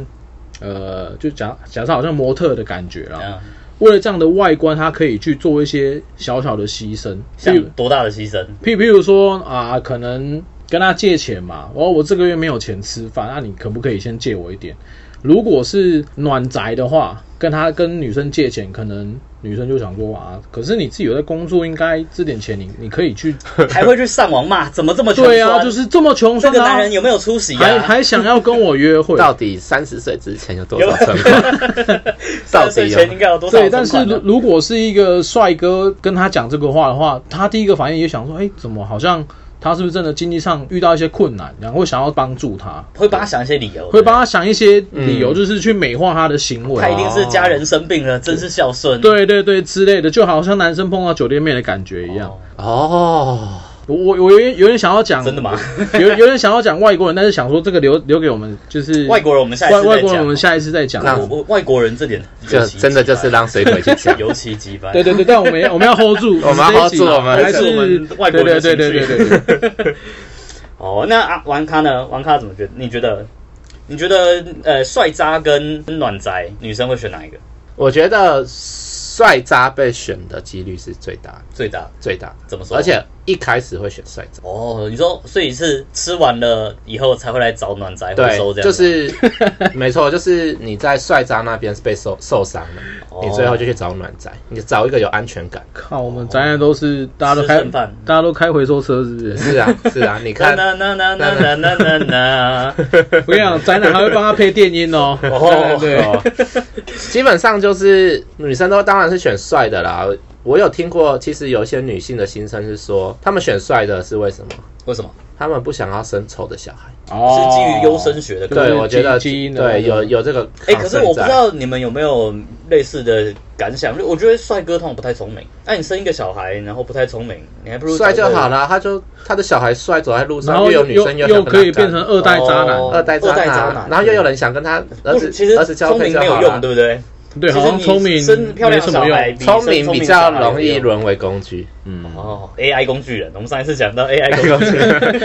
[SPEAKER 3] 呃，就假假设好像模特的感觉啦，
[SPEAKER 1] 嗯，
[SPEAKER 3] 为了这样的外观，他可以去做一些小小的牺牲，譬如
[SPEAKER 1] 像多大的牺 牲？
[SPEAKER 3] 譬譬如说啊，可能跟他借钱嘛，哦，我这个月没有钱吃饭，那、你可不可以先借我一点？如果是暖宅的话，跟他跟女生借钱，可能女生就想说啊，可是你自己有在工作，应该这点钱你你可以 去。
[SPEAKER 1] 还会去上网骂，怎么这么穷
[SPEAKER 3] 对啊，
[SPEAKER 1] 酸
[SPEAKER 3] 就是这么穷
[SPEAKER 1] 这
[SPEAKER 3] 酸
[SPEAKER 1] 个
[SPEAKER 3] 的啊
[SPEAKER 1] 男人有没有出息
[SPEAKER 3] 还
[SPEAKER 1] 啊？
[SPEAKER 3] 还想要跟我 约会，
[SPEAKER 2] 到底三十岁之前有多
[SPEAKER 1] 有
[SPEAKER 2] 少存款？
[SPEAKER 1] 三
[SPEAKER 2] 到
[SPEAKER 1] 十岁
[SPEAKER 2] 底
[SPEAKER 1] 前应
[SPEAKER 2] 有
[SPEAKER 1] 该有多少存款呢？啊
[SPEAKER 3] 对，但是如如果是一个帅哥跟他讲这个话的话，他第一个反应也想说，哎、怎么好像他是不是真的经济上遇到一些困难，然后会想要帮助他？
[SPEAKER 1] 会帮他想一些理由，
[SPEAKER 3] 会帮他想一些理由，
[SPEAKER 2] 嗯
[SPEAKER 3] 就是去美化他的行
[SPEAKER 1] 对
[SPEAKER 3] 为
[SPEAKER 1] 他一
[SPEAKER 3] 啊，
[SPEAKER 1] 定是家人生病了，真是孝顺。
[SPEAKER 3] 对对对之类的，就好像男生碰到酒店妹的感觉一样。
[SPEAKER 1] 哦，
[SPEAKER 2] 哦，
[SPEAKER 3] 我我我有点有点想要讲，
[SPEAKER 1] 真的吗？
[SPEAKER 3] 有有点想要讲外国人，但是想说这个留留给我们就是
[SPEAKER 1] 外国人我们下一
[SPEAKER 3] 外
[SPEAKER 1] 次
[SPEAKER 3] 外
[SPEAKER 1] 再
[SPEAKER 3] 国人，我们
[SPEAKER 1] 讲。
[SPEAKER 3] 下一次再讲。
[SPEAKER 2] 那
[SPEAKER 1] 我我外国人这点
[SPEAKER 2] 就真的就是让水鬼去
[SPEAKER 1] ，
[SPEAKER 2] 抢
[SPEAKER 1] 尤其鸡掰，
[SPEAKER 3] 对对对，但我们要我们要 hold 住，
[SPEAKER 2] 我们要
[SPEAKER 3] 这一
[SPEAKER 2] hold 住
[SPEAKER 3] 集啊
[SPEAKER 2] 我们
[SPEAKER 3] 还
[SPEAKER 1] 还是我们外国
[SPEAKER 3] 对
[SPEAKER 1] 人的
[SPEAKER 3] 对对对对
[SPEAKER 1] 情绪
[SPEAKER 3] 对对对。
[SPEAKER 1] 哦，那啊，王咖呢？王咖怎么觉得？你觉得？你觉得呃，帅渣跟暖宅女生会选哪一个
[SPEAKER 2] 我觉得帅渣被选的几率是最大
[SPEAKER 1] 最大？
[SPEAKER 2] 最大，
[SPEAKER 1] 怎么说？
[SPEAKER 2] 而且一开始会选帅渣。
[SPEAKER 1] 哦，你说，所以是吃完了以后才会来找暖宅回收这样子，
[SPEAKER 2] 就是 没错，就是你在帅渣那边是被受受伤了，
[SPEAKER 1] 哦
[SPEAKER 2] 你最后就去找暖宅，你找一个有安全感。
[SPEAKER 3] 靠，我们宅男都是大家都开
[SPEAKER 1] 吃剩饭
[SPEAKER 3] 大家都开回收车，是不是？
[SPEAKER 2] 是
[SPEAKER 1] 哦
[SPEAKER 2] 啊，是啊，你
[SPEAKER 1] 呐
[SPEAKER 2] 看，
[SPEAKER 1] 呐呐呐呐呐呐呐，
[SPEAKER 3] 我跟你讲，宅男还会帮他配电音哦。
[SPEAKER 1] 哦
[SPEAKER 3] 对对对。
[SPEAKER 2] 基本上就是女生都当然是选帅的啦。我有听过，其实有一些女性的心声是说，她们选帅的是为什么？
[SPEAKER 1] 为什么？
[SPEAKER 2] 她们不想要生丑的小孩。
[SPEAKER 1] 哦
[SPEAKER 3] 哦
[SPEAKER 1] 是基于优生学的
[SPEAKER 3] 就是
[SPEAKER 1] 考
[SPEAKER 2] 对，
[SPEAKER 1] 虑。
[SPEAKER 2] 我觉得
[SPEAKER 3] 基基因的
[SPEAKER 2] 对
[SPEAKER 3] 那种
[SPEAKER 2] 有有这个。
[SPEAKER 1] 哎，可是我不知，道你们有没有类似的感想？就我觉得帅哥通常不太聪明，啊那你生一个小孩，然后不太聪明，你还不如
[SPEAKER 2] 帅就好
[SPEAKER 1] 了。
[SPEAKER 2] 啦，他就他的小孩帅，走在路
[SPEAKER 3] 然
[SPEAKER 2] 上
[SPEAKER 3] 后
[SPEAKER 2] 又
[SPEAKER 3] 又
[SPEAKER 2] 有女
[SPEAKER 3] 又
[SPEAKER 2] 生又想
[SPEAKER 3] 又
[SPEAKER 2] 跟他
[SPEAKER 3] 可以
[SPEAKER 2] 干
[SPEAKER 3] 变成二代渣男，
[SPEAKER 1] 哦
[SPEAKER 2] 二代
[SPEAKER 1] 二代渣
[SPEAKER 2] 渣
[SPEAKER 1] 男
[SPEAKER 2] 男，然后又有人想跟他儿
[SPEAKER 1] 不
[SPEAKER 2] 子
[SPEAKER 1] 其实
[SPEAKER 2] 儿子交
[SPEAKER 1] 聪
[SPEAKER 2] 配
[SPEAKER 1] 明
[SPEAKER 2] 就
[SPEAKER 1] 没有
[SPEAKER 2] 好
[SPEAKER 1] 用，
[SPEAKER 2] 了
[SPEAKER 1] 对。不对？
[SPEAKER 3] 对，
[SPEAKER 1] 其
[SPEAKER 3] 好
[SPEAKER 1] 实
[SPEAKER 3] 像
[SPEAKER 1] 你
[SPEAKER 3] 聪明
[SPEAKER 1] 生漂亮
[SPEAKER 3] 没什
[SPEAKER 1] 小
[SPEAKER 3] 么
[SPEAKER 1] 孩
[SPEAKER 3] 用。
[SPEAKER 1] 比
[SPEAKER 2] 聪
[SPEAKER 1] 生
[SPEAKER 2] 明比
[SPEAKER 1] 的
[SPEAKER 2] 较
[SPEAKER 1] 小孩有
[SPEAKER 2] 容易
[SPEAKER 1] 用
[SPEAKER 2] 沦为工具。
[SPEAKER 3] 嗯，
[SPEAKER 1] 哦，AI 工具人，我们上一次 讲到 AI 工具人，
[SPEAKER 2] 工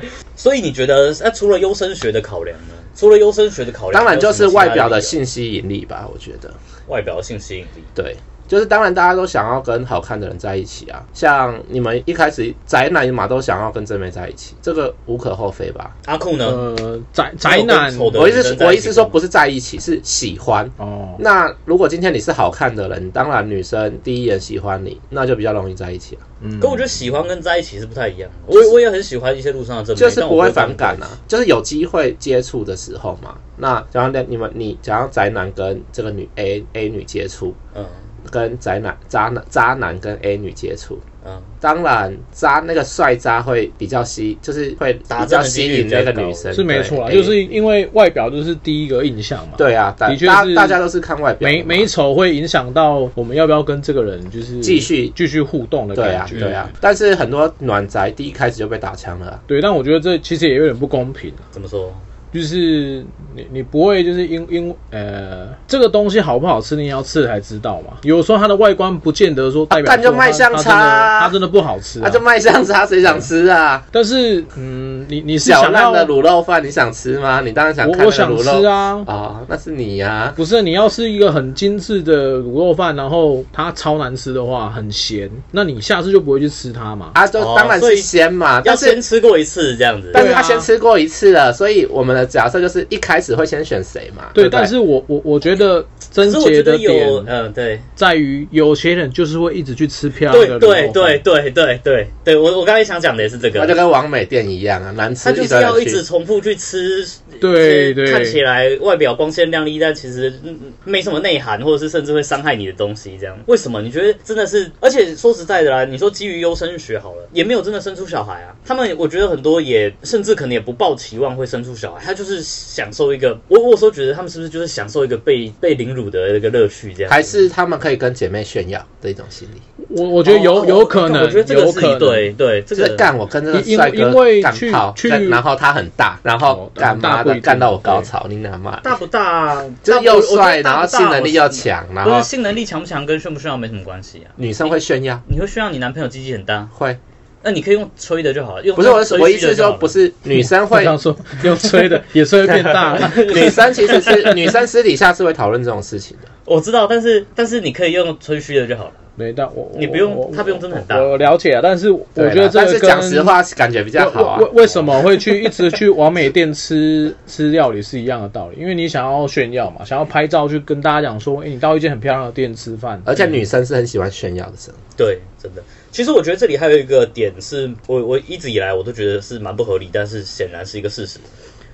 [SPEAKER 2] 具
[SPEAKER 1] 所以你觉得那、除了优生学的考量呢？除了优生学的考量，
[SPEAKER 2] 当然就是外表的
[SPEAKER 1] 性
[SPEAKER 2] 性吸引力吧，我觉得。
[SPEAKER 1] 外表的性吸引力。
[SPEAKER 2] 对，就是当然大家都想要跟好看的人在一起啊，像你们一开始宅男嘛都想要跟正妹在一起，这个无可厚非吧。
[SPEAKER 1] 阿酷呢？
[SPEAKER 2] 嗯
[SPEAKER 3] 呃，宅宅
[SPEAKER 1] 没
[SPEAKER 3] 男
[SPEAKER 1] 有更丑的
[SPEAKER 2] 我意思
[SPEAKER 1] 跟在
[SPEAKER 2] 是
[SPEAKER 1] 一起
[SPEAKER 2] 我意思
[SPEAKER 1] 过
[SPEAKER 2] 说
[SPEAKER 1] 吗
[SPEAKER 2] 不是在一起，是喜欢。
[SPEAKER 3] 哦，
[SPEAKER 2] 那如果今天你是好看的人，当然女生第一眼喜欢你，那就比较容易在一起啊，
[SPEAKER 3] 嗯，
[SPEAKER 1] 可我觉得喜欢跟在一起是不太一样的。我我也很喜欢一些路上的正妹，
[SPEAKER 2] 就是
[SPEAKER 1] 但我
[SPEAKER 2] 不
[SPEAKER 1] 不
[SPEAKER 2] 会反感
[SPEAKER 1] 跟他
[SPEAKER 2] 啊
[SPEAKER 1] 们，
[SPEAKER 2] 就是有机会接触的时候嘛。那假如你们你假如宅男跟这个女 A A 女接触，
[SPEAKER 1] 在一起。
[SPEAKER 2] 跟宅男渣男渣男跟 A 女接触，
[SPEAKER 1] 嗯嗯，
[SPEAKER 2] 当然，渣那个帅渣会比较吸，就是会比较吸引那个女生，
[SPEAKER 3] 是没错啦，啊
[SPEAKER 2] 对
[SPEAKER 3] 就是因为外表就是第一个印象嘛。。
[SPEAKER 2] 对啊，大
[SPEAKER 3] 的确
[SPEAKER 2] 大
[SPEAKER 3] 是
[SPEAKER 2] 大家都是看外表的
[SPEAKER 3] 美
[SPEAKER 2] 嘛，
[SPEAKER 3] 美丑会影响到我们要不要跟这个人就是
[SPEAKER 2] 继续
[SPEAKER 3] 继续互动的
[SPEAKER 2] 对
[SPEAKER 3] 感
[SPEAKER 2] 啊
[SPEAKER 3] 觉，
[SPEAKER 2] 对啊，但是很多暖宅第一开始就被打枪了啊，
[SPEAKER 3] 对但我觉得这其实也有点不公平啊，
[SPEAKER 1] 怎么说？
[SPEAKER 3] 就是你你不会就是因因呃这个东西好不好吃，你要吃了才知道嘛。有时候它的外观不见得说代表
[SPEAKER 2] 啊干就
[SPEAKER 3] 说它
[SPEAKER 2] 卖相
[SPEAKER 3] 它
[SPEAKER 2] 差啊
[SPEAKER 3] 真的它真的不好吃、
[SPEAKER 2] 啊，就卖相差，谁想吃啊？
[SPEAKER 3] 但是嗯，你你是
[SPEAKER 2] 小
[SPEAKER 3] 想
[SPEAKER 2] 烂
[SPEAKER 3] 要
[SPEAKER 2] 的卤肉饭你想吃吗？你当然想看
[SPEAKER 3] 我
[SPEAKER 2] 那
[SPEAKER 3] 我
[SPEAKER 2] 个
[SPEAKER 3] 想
[SPEAKER 2] 卤
[SPEAKER 3] 吃
[SPEAKER 2] 肉
[SPEAKER 3] 啊，
[SPEAKER 2] 啊，那是你呀，
[SPEAKER 3] 不是，你要是一个很精致的卤肉饭，然后它超难吃的话，很咸，那你下次就不会去吃它嘛。
[SPEAKER 2] 啊，就
[SPEAKER 1] 哦
[SPEAKER 2] 当然
[SPEAKER 1] 所
[SPEAKER 2] 是
[SPEAKER 1] 以
[SPEAKER 2] 鲜嘛，
[SPEAKER 1] 要
[SPEAKER 2] 但
[SPEAKER 1] 先
[SPEAKER 2] 是。
[SPEAKER 1] 吃过一次这样子。
[SPEAKER 2] 但是
[SPEAKER 3] 对
[SPEAKER 2] 他
[SPEAKER 3] 啊
[SPEAKER 2] 先吃过一次了，所以我们的假设就是一开始会先选谁嘛？
[SPEAKER 3] 对，
[SPEAKER 2] 不
[SPEAKER 3] 但是我我我觉得症
[SPEAKER 1] 可是我觉
[SPEAKER 3] 结
[SPEAKER 1] 得
[SPEAKER 3] 的
[SPEAKER 1] 有，
[SPEAKER 3] 点
[SPEAKER 1] 嗯，对，
[SPEAKER 3] 在于有些人就是会一直去吃漂亮
[SPEAKER 1] 对
[SPEAKER 3] 的卤
[SPEAKER 1] 对
[SPEAKER 3] 肉
[SPEAKER 1] 对
[SPEAKER 3] 饭，
[SPEAKER 1] 对对对对，我我刚才想讲的也是这
[SPEAKER 2] 那就
[SPEAKER 1] 个，
[SPEAKER 2] 跟王美店一样啊，难吃
[SPEAKER 1] 他就
[SPEAKER 2] 一
[SPEAKER 1] 是
[SPEAKER 2] 堆
[SPEAKER 1] 要一
[SPEAKER 2] 人去
[SPEAKER 1] 直。重复去吃，
[SPEAKER 3] 对对
[SPEAKER 1] 看起来外表光鲜亮丽，但其实嗯没什么内涵，或者是甚至会伤害你的东西，这样为什么？你觉得真的是？而且说实在的啦，你说基于优生学好了，也没有真的生出小孩啊。他们我觉得很多也甚至可能也不抱期望会生出小孩，他就是享受一个，我我有时候觉得他们是不是就是享受一个被被凌辱的那个乐趣这样子？
[SPEAKER 2] 还是他们可以跟姐妹炫耀的一种心理，
[SPEAKER 3] 我我觉得有、
[SPEAKER 1] 哦
[SPEAKER 3] 有可能，
[SPEAKER 1] 我觉得这个
[SPEAKER 3] 有
[SPEAKER 1] 是一
[SPEAKER 3] 可能。
[SPEAKER 1] 对对，这
[SPEAKER 2] 就是
[SPEAKER 1] 个
[SPEAKER 2] 干我跟这个
[SPEAKER 3] 因
[SPEAKER 2] 帅哥
[SPEAKER 3] 因为
[SPEAKER 2] 干
[SPEAKER 3] 去
[SPEAKER 2] 炮，
[SPEAKER 3] 去
[SPEAKER 2] 干然后他很大，然后
[SPEAKER 3] 哦
[SPEAKER 2] 干
[SPEAKER 3] 大
[SPEAKER 2] 妈
[SPEAKER 3] 不一
[SPEAKER 2] 的
[SPEAKER 3] 定
[SPEAKER 2] 干到我高潮，你哪妈
[SPEAKER 1] 大不大啊？
[SPEAKER 2] 就是又帅，
[SPEAKER 1] 大不
[SPEAKER 2] 然后
[SPEAKER 1] 大
[SPEAKER 2] 性能力又
[SPEAKER 1] 我是
[SPEAKER 2] 强，然
[SPEAKER 1] 不
[SPEAKER 2] 后
[SPEAKER 1] 是性能力强不强跟炫不炫耀没什么关系啊。
[SPEAKER 2] 女生会炫耀，
[SPEAKER 1] 你会炫耀你男朋友鸡鸡很大，
[SPEAKER 2] 会
[SPEAKER 1] 那你可以用吹的就好了。用
[SPEAKER 2] 不是我是
[SPEAKER 1] 吹
[SPEAKER 2] 我
[SPEAKER 1] 嘘
[SPEAKER 2] 意
[SPEAKER 1] 的
[SPEAKER 2] 思
[SPEAKER 1] 就好
[SPEAKER 2] 说
[SPEAKER 1] 了
[SPEAKER 2] 不是女生
[SPEAKER 3] 我
[SPEAKER 2] 会，
[SPEAKER 3] 想说，用吹的也是会变大了。
[SPEAKER 2] 女生其实是 女生私底下是会讨论这种事情的，
[SPEAKER 1] 我知道，但是但是你可以用吹嘘的就好了。
[SPEAKER 3] 没，但我
[SPEAKER 1] 你不用
[SPEAKER 3] 我我
[SPEAKER 1] 他不用真的很大
[SPEAKER 3] 我我了解啊，但是我
[SPEAKER 2] 对啦
[SPEAKER 3] 觉得这
[SPEAKER 2] 但
[SPEAKER 3] 个
[SPEAKER 2] 是
[SPEAKER 3] 跟
[SPEAKER 2] 讲实话感觉比较好啊
[SPEAKER 3] 为。为为什么会去一直去完美店吃 吃料理是一样的道理，因为你想要炫耀嘛，想要拍照去跟大家讲说，哎、你到一间很漂亮的店吃饭，
[SPEAKER 2] 而且女生是很喜欢炫耀的生活，
[SPEAKER 1] 对，真的。其实我觉得这里还有一个点是，我我一直以来我都觉得是蛮不合理，但是显然是一个事实，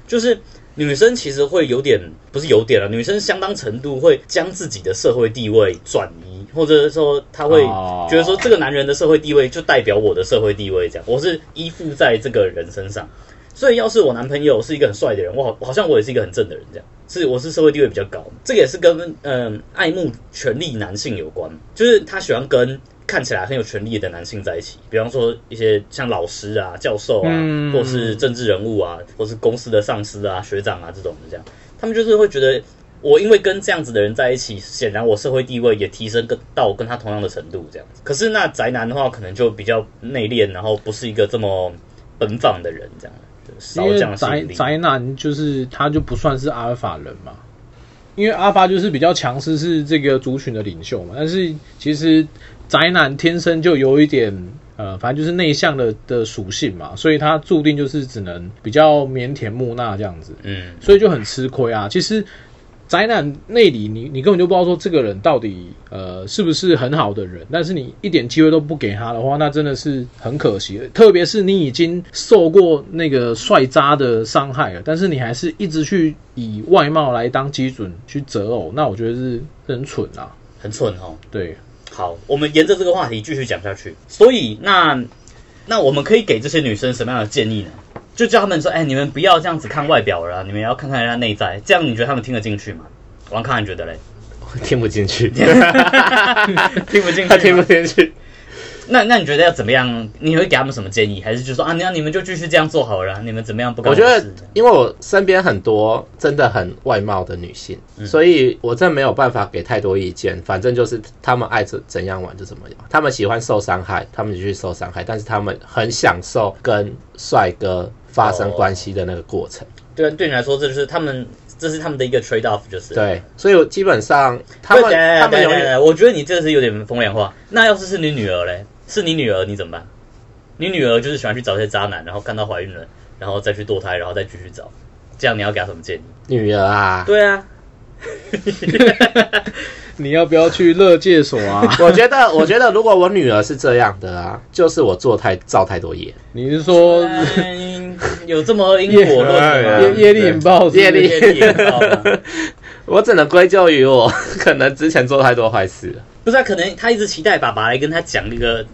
[SPEAKER 1] 就是女生其实会有点，不是有点啊了、女生相当程度会将自己的社会地位转移，或者说她会
[SPEAKER 3] 哦
[SPEAKER 1] 觉得说这个男人的社会地位就代表我的社会地位，这样我是依附在这个人身上。所以要是我男朋友是一个很帅的人，我好好像我也是一个很正的人这样。是我是社会地位比较高，这个也是跟嗯、爱慕权力男性有关，就是他喜欢跟看起来很有权力的男性在一起，比方说一些像老师啊、教授啊，
[SPEAKER 3] 嗯
[SPEAKER 1] 或是政治人物啊，或是公司的上司啊、学长啊这种的这样，他们就是会觉得。我因为跟这样子的人在一起，显然我社会地位也提升跟到跟他同样的程度这样子。可是那宅男的话，可能就比较内敛，然后不是一个这么奔放的人这样，对
[SPEAKER 3] 因
[SPEAKER 1] 少
[SPEAKER 3] 为
[SPEAKER 1] 这样的吸
[SPEAKER 3] 宅
[SPEAKER 1] 引力。
[SPEAKER 3] 宅男就是他就不算是阿尔法人嘛，因为阿尔法就是比较强势，是这个族群的领袖嘛。但是其实宅男天生就有一点呃，反正就是内向的的属性嘛，所以他注定就是只能比较腼腆木讷这样子，
[SPEAKER 1] 嗯，
[SPEAKER 3] 所以就很吃亏啊。其实宅男内里你你根本就不知道说这个人到底呃是不是很好的人，但是你一点机会都不给他的话，那真的是很可惜的。特别是你已经受过那个帅渣的伤害了，但是你还是一直去以外貌来当基准去择偶，那我觉得是很蠢啊。
[SPEAKER 1] 很蠢哦。
[SPEAKER 3] 对，
[SPEAKER 1] 好，我们沿着这个话题继续讲下去。所以，那那我们可以给这些女生什么样的建议呢？就叫他们说，哎、你们不要这样子看外表了啊、你们也要看看人家内在。这样你觉得他们听得进去吗？王康，你觉得嘞？
[SPEAKER 2] 听不进去，
[SPEAKER 1] 听不进去吗，
[SPEAKER 2] 他听不进去。
[SPEAKER 1] 那那你觉得要怎么样？你会给他们什么建议？还是就说啊，那你们就继续这样做好了啊，你们怎么样不干
[SPEAKER 2] 我觉
[SPEAKER 1] 的
[SPEAKER 2] 得
[SPEAKER 1] 事？，
[SPEAKER 2] 因为我身边很多真的很外貌的女性，
[SPEAKER 1] 嗯
[SPEAKER 2] 所以我真没有办法给太多意见。反正就是她们爱怎怎样玩就怎么样，她们喜欢受伤害，她们就去受伤害，但是她们很享受跟帅哥发生关系的那个过程。
[SPEAKER 1] 对，对你来说，这就是他们，这是他们的一个 trade off，就是。
[SPEAKER 2] 对，所以我基本上她
[SPEAKER 1] 对，
[SPEAKER 2] 们
[SPEAKER 1] 对
[SPEAKER 2] 她们
[SPEAKER 1] 对
[SPEAKER 2] 永
[SPEAKER 1] 对
[SPEAKER 2] 远
[SPEAKER 1] 对，我觉得你这是有点风凉话。那要是是你女儿嘞，是你女儿，你怎么办？你女儿就是喜欢去找一些渣男，然后看到怀孕了，然后再去堕胎，然后再继续找，这样你要给她什么建议？
[SPEAKER 2] 女儿啊，
[SPEAKER 1] 对啊，
[SPEAKER 3] 你要不要去乐界所啊？
[SPEAKER 2] 我觉得 我觉得如果我女儿是这样的啊，就是我做太造太多业。
[SPEAKER 3] 你是说
[SPEAKER 1] 嗯有这么因果论的吗
[SPEAKER 3] 业
[SPEAKER 2] 对？
[SPEAKER 3] 业力引爆是不是？
[SPEAKER 2] 业力
[SPEAKER 1] 业力啊引爆吗
[SPEAKER 2] 我只能归咎于我 可能之前做太多坏事了。
[SPEAKER 1] 不是啊，可能他一直期待爸爸来跟他讲一个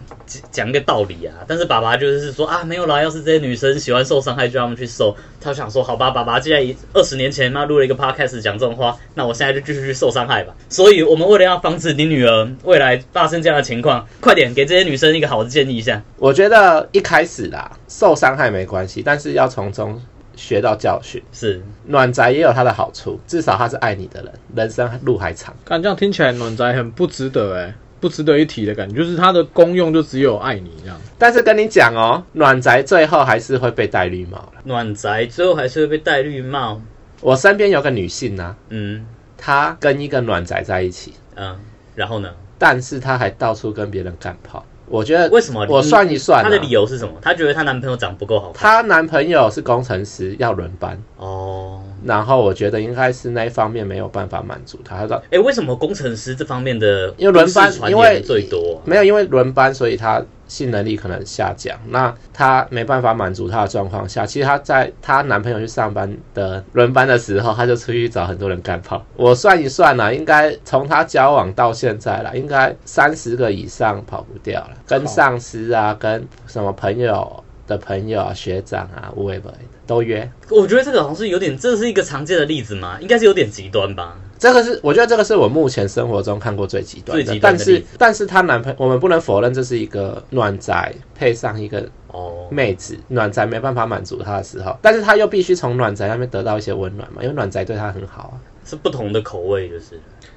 [SPEAKER 1] 讲一个道理啊，但是爸爸就是说啊，没有啦，要是这些女生喜欢受伤害，就让他们去受。他想说，好吧，爸爸既然二十年前嘛录了一个 podcast 讲这种话，那我现在就继续去受伤害吧。所以，我们为了要防止你女儿未来发生这样的情况，快点给这些女生一个好的建议一下。
[SPEAKER 2] 我觉得一开始啦，受伤害没关系，但是要从中学到教训。
[SPEAKER 1] 是，
[SPEAKER 2] 暖宅也有它的好处，至少他是爱你的人，人生路还长。
[SPEAKER 3] 看这样听起来暖宅很不值得哎、不值得一提的感觉，就是它的功用就只有爱你这样。
[SPEAKER 2] 但是跟你讲哦，暖宅最后还是会被戴绿帽了。
[SPEAKER 1] 暖宅最后还是会被戴绿帽。
[SPEAKER 2] 我身边有个女性呢、
[SPEAKER 1] 嗯
[SPEAKER 2] 她跟一个暖宅在一起，
[SPEAKER 1] 嗯，然后呢？
[SPEAKER 2] 但是她还到处跟别人干炮。我觉得
[SPEAKER 1] 为什么
[SPEAKER 2] 我算一算、啊，
[SPEAKER 1] 她的理由是什么？她觉得她男朋友长不够好看。
[SPEAKER 2] 她男朋友是工程师，要轮班，
[SPEAKER 1] 哦。
[SPEAKER 2] 然后我觉得应该是那一方面没有办法满足她，她说
[SPEAKER 1] 哎，为什么工程师这方面的
[SPEAKER 2] 因为轮班
[SPEAKER 1] 都市传
[SPEAKER 2] 因为
[SPEAKER 1] 言最多？
[SPEAKER 2] 没有，因为轮班，所以他性能力可能下降。那他没办法满足他的状况下，其实他在她男朋友去上班的轮班的时候，他就出去找很多人干炮。我算一算啦、应该从他交往到现在啦，应该三十个以上跑不掉了，跟上司啊，跟什么朋友的朋友啊、学长啊、无为不都约。
[SPEAKER 1] 我觉得这个好像是有点，这是一个常见的例子嘛，应该是有点极端吧？
[SPEAKER 2] 这个是我觉得这个是我目前生活中看过最极端的，
[SPEAKER 1] 最极端的
[SPEAKER 2] 但
[SPEAKER 1] 例
[SPEAKER 2] 是
[SPEAKER 1] 子
[SPEAKER 2] 但是她男朋友，我们不能否认这是一个暖宅配上一个
[SPEAKER 1] 哦，
[SPEAKER 2] 妹子，暖宅没办法满足她的时候，但是她又必须从暖宅那边得到一些温暖嘛，因为暖宅对她很好啊，
[SPEAKER 1] 是不同的口味，就是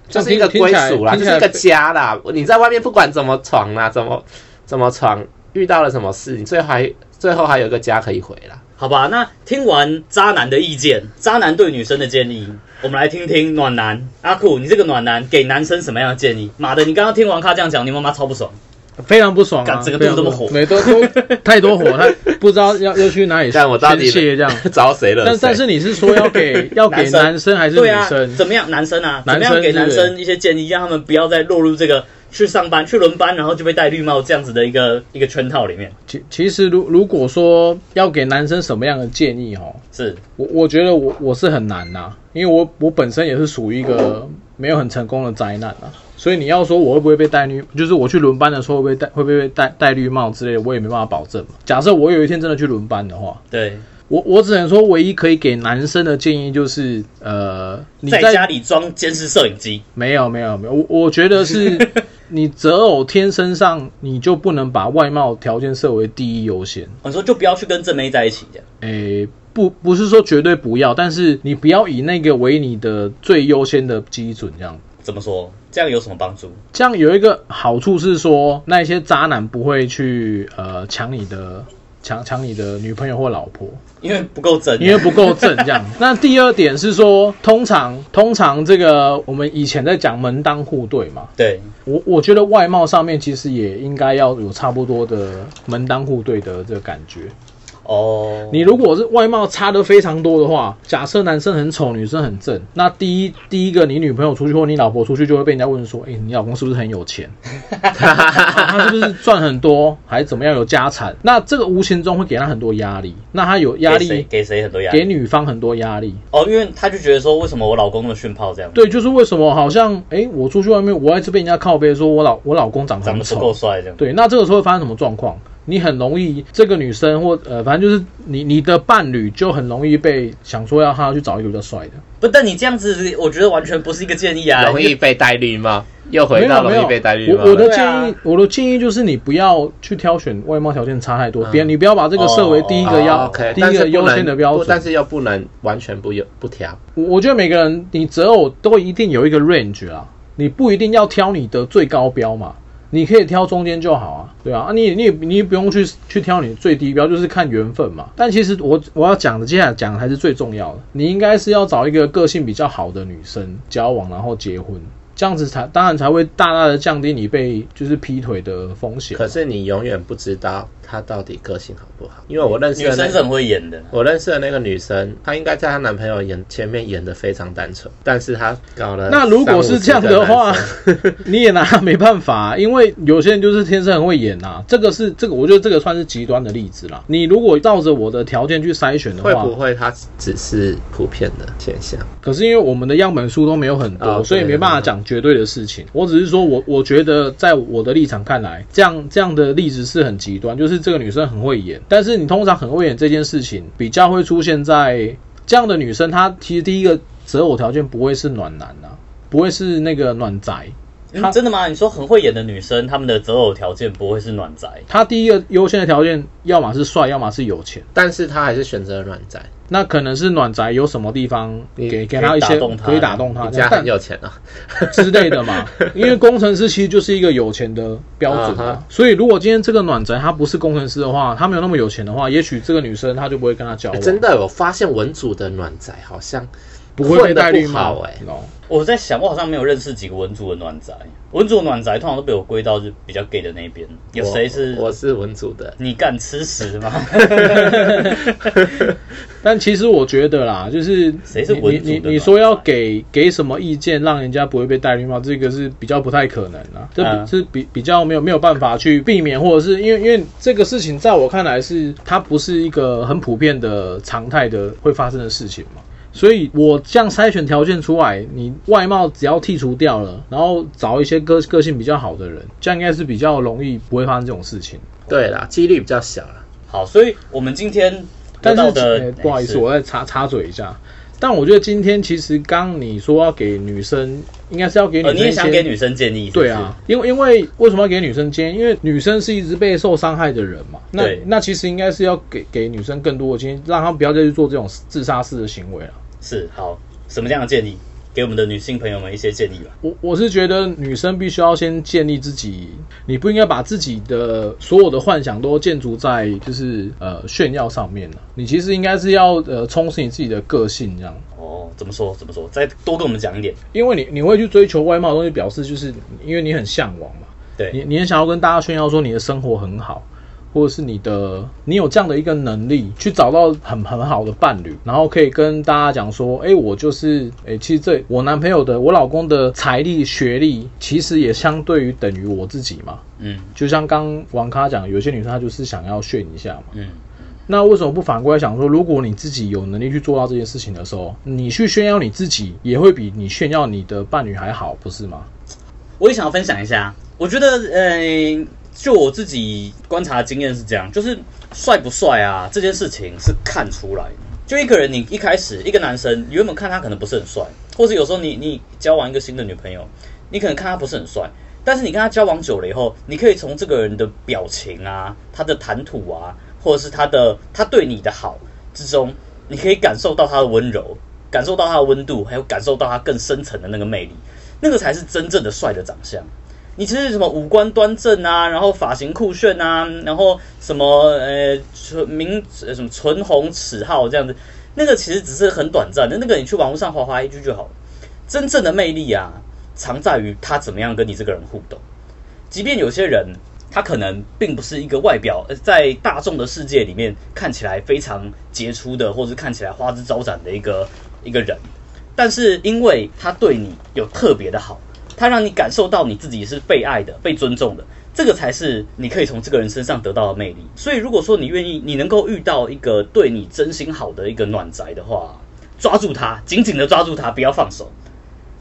[SPEAKER 2] 就
[SPEAKER 3] 这样
[SPEAKER 2] 是一个
[SPEAKER 3] 听听
[SPEAKER 2] 归
[SPEAKER 3] 起来
[SPEAKER 2] 属啦，
[SPEAKER 3] 听
[SPEAKER 2] 就是
[SPEAKER 3] 起来
[SPEAKER 2] 一个家啦。你在外面不管怎么闯啦，怎么怎么闯，遇到了什么事，你最后还最后还有一个家可以回啦。
[SPEAKER 1] 好吧？那听完渣男的意见，渣男对女生的建议，我们来听听暖男阿酷，你这个暖男给男生什么样的建议？妈的，你刚刚听完他这样讲，你妈妈超不爽。
[SPEAKER 3] 非常不爽啊！
[SPEAKER 1] 干整个肚子
[SPEAKER 3] 非常不
[SPEAKER 1] 都火
[SPEAKER 3] 每都都太多火，他不知道要要 去哪里
[SPEAKER 2] 但我到底
[SPEAKER 3] 宣泄这样。
[SPEAKER 2] 找谁了？
[SPEAKER 3] 但但是你是说要 给要给
[SPEAKER 1] 男生
[SPEAKER 3] 男生还是
[SPEAKER 1] 对
[SPEAKER 3] 女
[SPEAKER 1] 啊，
[SPEAKER 3] 生？
[SPEAKER 1] 怎么样？男生啊，怎
[SPEAKER 3] 男
[SPEAKER 1] 么
[SPEAKER 3] 生
[SPEAKER 1] 样给男
[SPEAKER 3] 是不是
[SPEAKER 1] 生一些建议，让他们不要再落入这个去上班、去轮班，然后就被戴绿帽这样子的一个一个圈套里面？
[SPEAKER 3] 其其实如如果说要给男生什么样的建议哦，
[SPEAKER 1] 是
[SPEAKER 3] 我我觉得我我是很难呐、因为我我本身也是属于一个没有很成功的灾难啊，所以你要说我会不会被戴绿，就是我去轮班的时候会不会戴会不会被戴戴绿帽之类的，我也没办法保证嘛。假设我有一天真的去轮班的话，
[SPEAKER 1] 对，
[SPEAKER 3] 我我只能说唯一可以给男生的建议就是，呃，你
[SPEAKER 1] 在家里装监视摄影机。
[SPEAKER 3] 没有没有没有，我我觉 得是你择偶天生上你就不能把外貌条件设为第一优先，
[SPEAKER 1] 我哦说就不要去跟正妹在一起这样。
[SPEAKER 3] 诶、不不是说绝对不要，但是你不要以那个为你的最优先的基准，这样
[SPEAKER 1] 怎么说？这样有什么帮助？
[SPEAKER 3] 这样有一个好处是说，那一些渣男不会去呃抢你的抢抢你的女朋友或老婆，
[SPEAKER 1] 因为不够正，啊
[SPEAKER 3] 因为不够正这样。那第二点是说，通常通常这个我们以前在讲门当户对嘛，
[SPEAKER 1] 对
[SPEAKER 3] 我我觉得外貌上面其实也应该要有差不多的门当户对的这个感觉。
[SPEAKER 1] 哦，
[SPEAKER 3] 你如果是外貌差的非常多的话，假设男生很丑，女生很正，那第一第一个你女朋友出去或你老婆出去就会被人家问说，哎、你老公是不是很 有钱？哦他是不是赚很多，还是怎么样有家产？那这个无形中会给他很多压力，那他有压
[SPEAKER 1] 给谁
[SPEAKER 3] 力，
[SPEAKER 1] 给谁很多压
[SPEAKER 3] 给
[SPEAKER 1] 力
[SPEAKER 3] 女方很多压力。
[SPEAKER 1] 哦，因为他就觉得说，为什么我老公那么训炮这样，
[SPEAKER 3] 对，就是为什么好像哎、诶我出去外面，我还是被人家靠背说我老我老公长得
[SPEAKER 1] 长
[SPEAKER 3] 很
[SPEAKER 1] 得不
[SPEAKER 3] 丑，
[SPEAKER 1] 够帅这样，
[SPEAKER 3] 对，那这个时候会发生什么状况？你很容易，这个女生或呃，反正就是你你的伴侣就很容易被想说要她去找一个比较帅的，
[SPEAKER 1] 不，但你这样子，我觉得完全不是一个建议啊。
[SPEAKER 2] 容易被戴绿帽，又
[SPEAKER 3] 没
[SPEAKER 2] 回到
[SPEAKER 3] 有啊没
[SPEAKER 2] 容
[SPEAKER 3] 有
[SPEAKER 2] 易被戴绿，帽
[SPEAKER 3] 我我
[SPEAKER 2] 了
[SPEAKER 3] 的
[SPEAKER 1] 对
[SPEAKER 3] 建
[SPEAKER 1] 啊
[SPEAKER 3] 议，我的建议就是你不要去挑选外貌条件差太多，
[SPEAKER 2] 嗯
[SPEAKER 3] 别、你不要把这个设为第一个要、
[SPEAKER 2] 哦，OK，
[SPEAKER 3] 第
[SPEAKER 2] 但
[SPEAKER 3] 一
[SPEAKER 2] 是
[SPEAKER 3] 个
[SPEAKER 2] 不
[SPEAKER 3] 优先
[SPEAKER 2] 能
[SPEAKER 3] 的标
[SPEAKER 2] 不
[SPEAKER 3] 准。
[SPEAKER 2] 但是又不能完全不有不调。
[SPEAKER 3] 我我觉得每个人你择偶都一定有一个 range 啊，你不一定要挑你的最高标嘛，你可以挑中间就好啊，对啊，啊你也你也你也不用去去挑你最低标，就是看缘分嘛。但其实我我要讲的，接下来讲的才是最重要的，你应该是要找一个个性比较好的女生交往，然后结婚。这样子才当然才会大大的降低你被就是劈腿的风险。
[SPEAKER 2] 可是你永远不知道她到底个性好不好，因为我认识
[SPEAKER 1] 女
[SPEAKER 2] 的
[SPEAKER 1] 生
[SPEAKER 2] 那
[SPEAKER 1] 是很会演的，
[SPEAKER 2] 我认识的那个女生，她应该在她男朋友演前面演的非常单纯，但是她搞了
[SPEAKER 3] 那如果是这样 的话
[SPEAKER 2] 三五十个男生，
[SPEAKER 3] 你也拿他没办法、啊因为有些人就是天生很会演呐、啊这个是这个，我觉得这个算是极端的例子啦。你如果照着我的条件去筛选的
[SPEAKER 2] 会
[SPEAKER 3] 话
[SPEAKER 2] 不，会她只是普遍的现象？
[SPEAKER 3] 可是因为我们的样本数都没有很多，
[SPEAKER 2] 哦对
[SPEAKER 3] 所以没办法讲绝对的事情。我只是说我我觉得在我的立场看来，这样这样的例子是很极端，就是这个女生很会演，但是你通常很会演这件事情，比较会出现在这样的女生，她其实第一个择偶条件不会是暖男啊，不会是那个暖宅。她
[SPEAKER 1] 嗯真的吗？你说很会演的女生，她们的择偶条件不会是暖宅？
[SPEAKER 3] 他第一个优先的条件，要么是帅，要么是有钱。
[SPEAKER 2] 但是她还是选择了软宅，
[SPEAKER 3] 那可能是暖宅有什么地方
[SPEAKER 2] 你
[SPEAKER 3] 给给
[SPEAKER 1] 可以
[SPEAKER 3] 他一些
[SPEAKER 1] 打动他
[SPEAKER 3] 可以打动他
[SPEAKER 2] 你
[SPEAKER 3] 这样
[SPEAKER 2] 家
[SPEAKER 3] 但
[SPEAKER 2] 很有钱啊，
[SPEAKER 3] 之类的 嘛。因为工程师其实就是一个有钱的标准
[SPEAKER 2] 啊
[SPEAKER 3] 嘛
[SPEAKER 2] 哈，
[SPEAKER 3] 所以如果今天这个暖宅他不是工程师的话，他没有那么有钱的话，也许这个女生她就不会跟他交
[SPEAKER 2] 欸
[SPEAKER 3] 往，
[SPEAKER 2] 真的，我发现文组的软宅好像
[SPEAKER 3] 不会被
[SPEAKER 2] 混得
[SPEAKER 3] 戴绿
[SPEAKER 2] 不
[SPEAKER 3] 帽
[SPEAKER 2] 好哎、
[SPEAKER 3] 你知道吗
[SPEAKER 1] 我在想，我好像没有认识几个文组的暖宅，文组的暖宅通常都被我归到是比较 gay 的那边。有谁是
[SPEAKER 2] 我？我是文组的，
[SPEAKER 1] 你敢吃屎吗？
[SPEAKER 3] 但其实我觉得啦，就是
[SPEAKER 1] 谁是
[SPEAKER 3] 你
[SPEAKER 1] 文组的
[SPEAKER 3] 你你
[SPEAKER 1] 暖
[SPEAKER 3] 你说要
[SPEAKER 1] 宅
[SPEAKER 3] 给给什么意见，让人家不会被戴绿帽，这个是比较不太可能啊，这
[SPEAKER 1] 嗯
[SPEAKER 3] 比是比比较没有没有办法去避免，或者是因为因为这个事情在我看来是它不是一个很普遍的常态的会发生的事情嘛。所以我这样筛选条件出来，你外貌只要剔除掉了，然后找一些个个性比较好的人，这样应该是比较容易不会发生这种事情。
[SPEAKER 2] 对啦，几率比较小啦。
[SPEAKER 1] 好，所以我们今天得
[SPEAKER 3] 但是
[SPEAKER 1] 到的、
[SPEAKER 3] 呃不好意
[SPEAKER 1] 哎是
[SPEAKER 3] 思，我再插插嘴一下。但我觉得今天其实刚你说要给女生，应该是要给女
[SPEAKER 1] 呃，你
[SPEAKER 3] 生一些、
[SPEAKER 1] 也想给女生建议是不是？
[SPEAKER 3] 对啊，因为因为为什么要给女生建议？因为女生是一直被受伤害的人嘛。那
[SPEAKER 1] 对
[SPEAKER 3] 那其实应该是要给给女生更多的建议，让她不要再去做这种自杀式的行为了。啊
[SPEAKER 1] 是好，什么样的建议？给我们的女性朋友们一些建议吧。
[SPEAKER 3] 我我是觉得女生必须要先建立自己，你不应该把自己的所有的幻想都建筑在就是呃炫耀上面了。你其实应该是要呃充实你自己的个性这样。
[SPEAKER 1] 哦，怎么说？怎么说？再多跟我们讲一点。
[SPEAKER 3] 因为你你会去追求外貌的东西，表示就是因为你很向往嘛，你
[SPEAKER 1] 对，
[SPEAKER 3] 你很想要跟大家炫耀说你的生活很好，或者是你的你有这样的一个能力去找到很很好的伴侣，然后可以跟大家讲说，哎、我就是哎、诶其实这我男朋友的我老公的财力学历其实也相对于等于我自己嘛，
[SPEAKER 1] 嗯
[SPEAKER 3] 就像刚王咖讲，有些女生她就是想要炫一下嘛。
[SPEAKER 1] 嗯，
[SPEAKER 3] 那为什么不反过来想说，如果你自己有能力去做到这件事情的时候，你去炫耀你自己，也会比你炫耀你的伴侣还好，不是吗？
[SPEAKER 1] 我也想要分享一下。我觉得，呃，就我自己观察的经验是这样，就是帅不帅啊，这件事情是看出来的。就一个人，你一开始一个男生，你原本看他可能不是很帅，或者有时候你你交往一个新的女朋友，你可能看他不是很帅，但是你跟他交往久了以后，你可以从这个人的表情啊、他的谈吐啊，或者是他的他对你的好之中，你可以感受到他的温柔，感受到他的温度，还有感受到他更深层的那个魅力，那个才是真正的帅的长相。你其实什么五官端正啊，然后发型酷炫啊，然后什么呃唇明呃什么唇红齿皓这样子，那个其实只是很短暂的，那个你去网络上划划一句就好了。真正的魅力啊，藏在于他怎么样跟你这个人互动。即便有些人他可能并不是一个外表呃在大众的世界里面看起来非常杰出的，或是看起来花枝招展的一个一个人，但是因为他对你有特别的好，他让你感受到你自己是被爱的、被尊重的，这个才是你可以从这个人身上得到的魅力。所以，如果说你愿意，你能够遇到一个对你真心好的一个暖宅的话，抓住他，紧紧的抓住他，不要放手，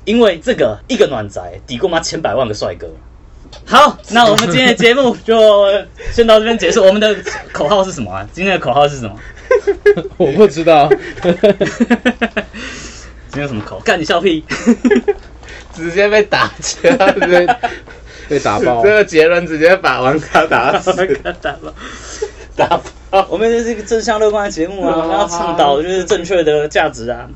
[SPEAKER 1] 因为这个一个暖宅抵过妈千百万个帅哥。好，那我们今天的节目就先到这边结束。我们的口号是什么啊？今天的口号是什么？
[SPEAKER 3] 我不知道，
[SPEAKER 1] 今天有什么口？干你笑屁！
[SPEAKER 2] 直接被打枪，
[SPEAKER 3] 直接 被打爆
[SPEAKER 2] 这。个结论直接把王卡打死，
[SPEAKER 1] 干打了。
[SPEAKER 2] 打爆。
[SPEAKER 1] 我们这是一个正向乐观的节目啊，我们要倡导就是正确的价值啊。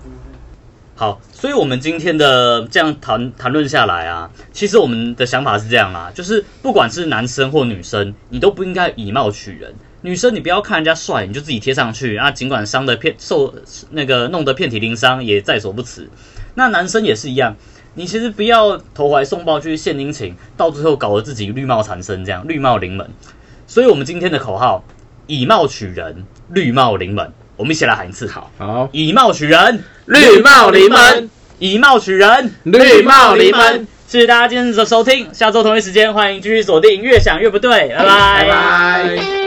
[SPEAKER 1] 好，所以我们今天的这样谈谈论下来啊，其实我们的想法是这样啦、就是不管是男生或女生，你都不应该以貌取人。女生你不要看人家帅，你就自己贴上去啊，尽管伤的遍受那个弄得遍体鳞伤也在所不辞。那男生也是一样，你其实不要投怀送抱去献殷勤，到最后搞得自己绿帽缠身这样，绿帽临门。所以我们今天的口号以貌取人，绿帽临门。我们一起来喊一次，好，
[SPEAKER 3] 好，
[SPEAKER 1] 以貌取人，
[SPEAKER 2] 绿帽临门，
[SPEAKER 1] 以貌取人，
[SPEAKER 2] 绿帽临门。
[SPEAKER 1] 谢谢大家今天的收听，下周同一时间欢迎继续锁定，越想越不对，拜
[SPEAKER 2] 拜拜。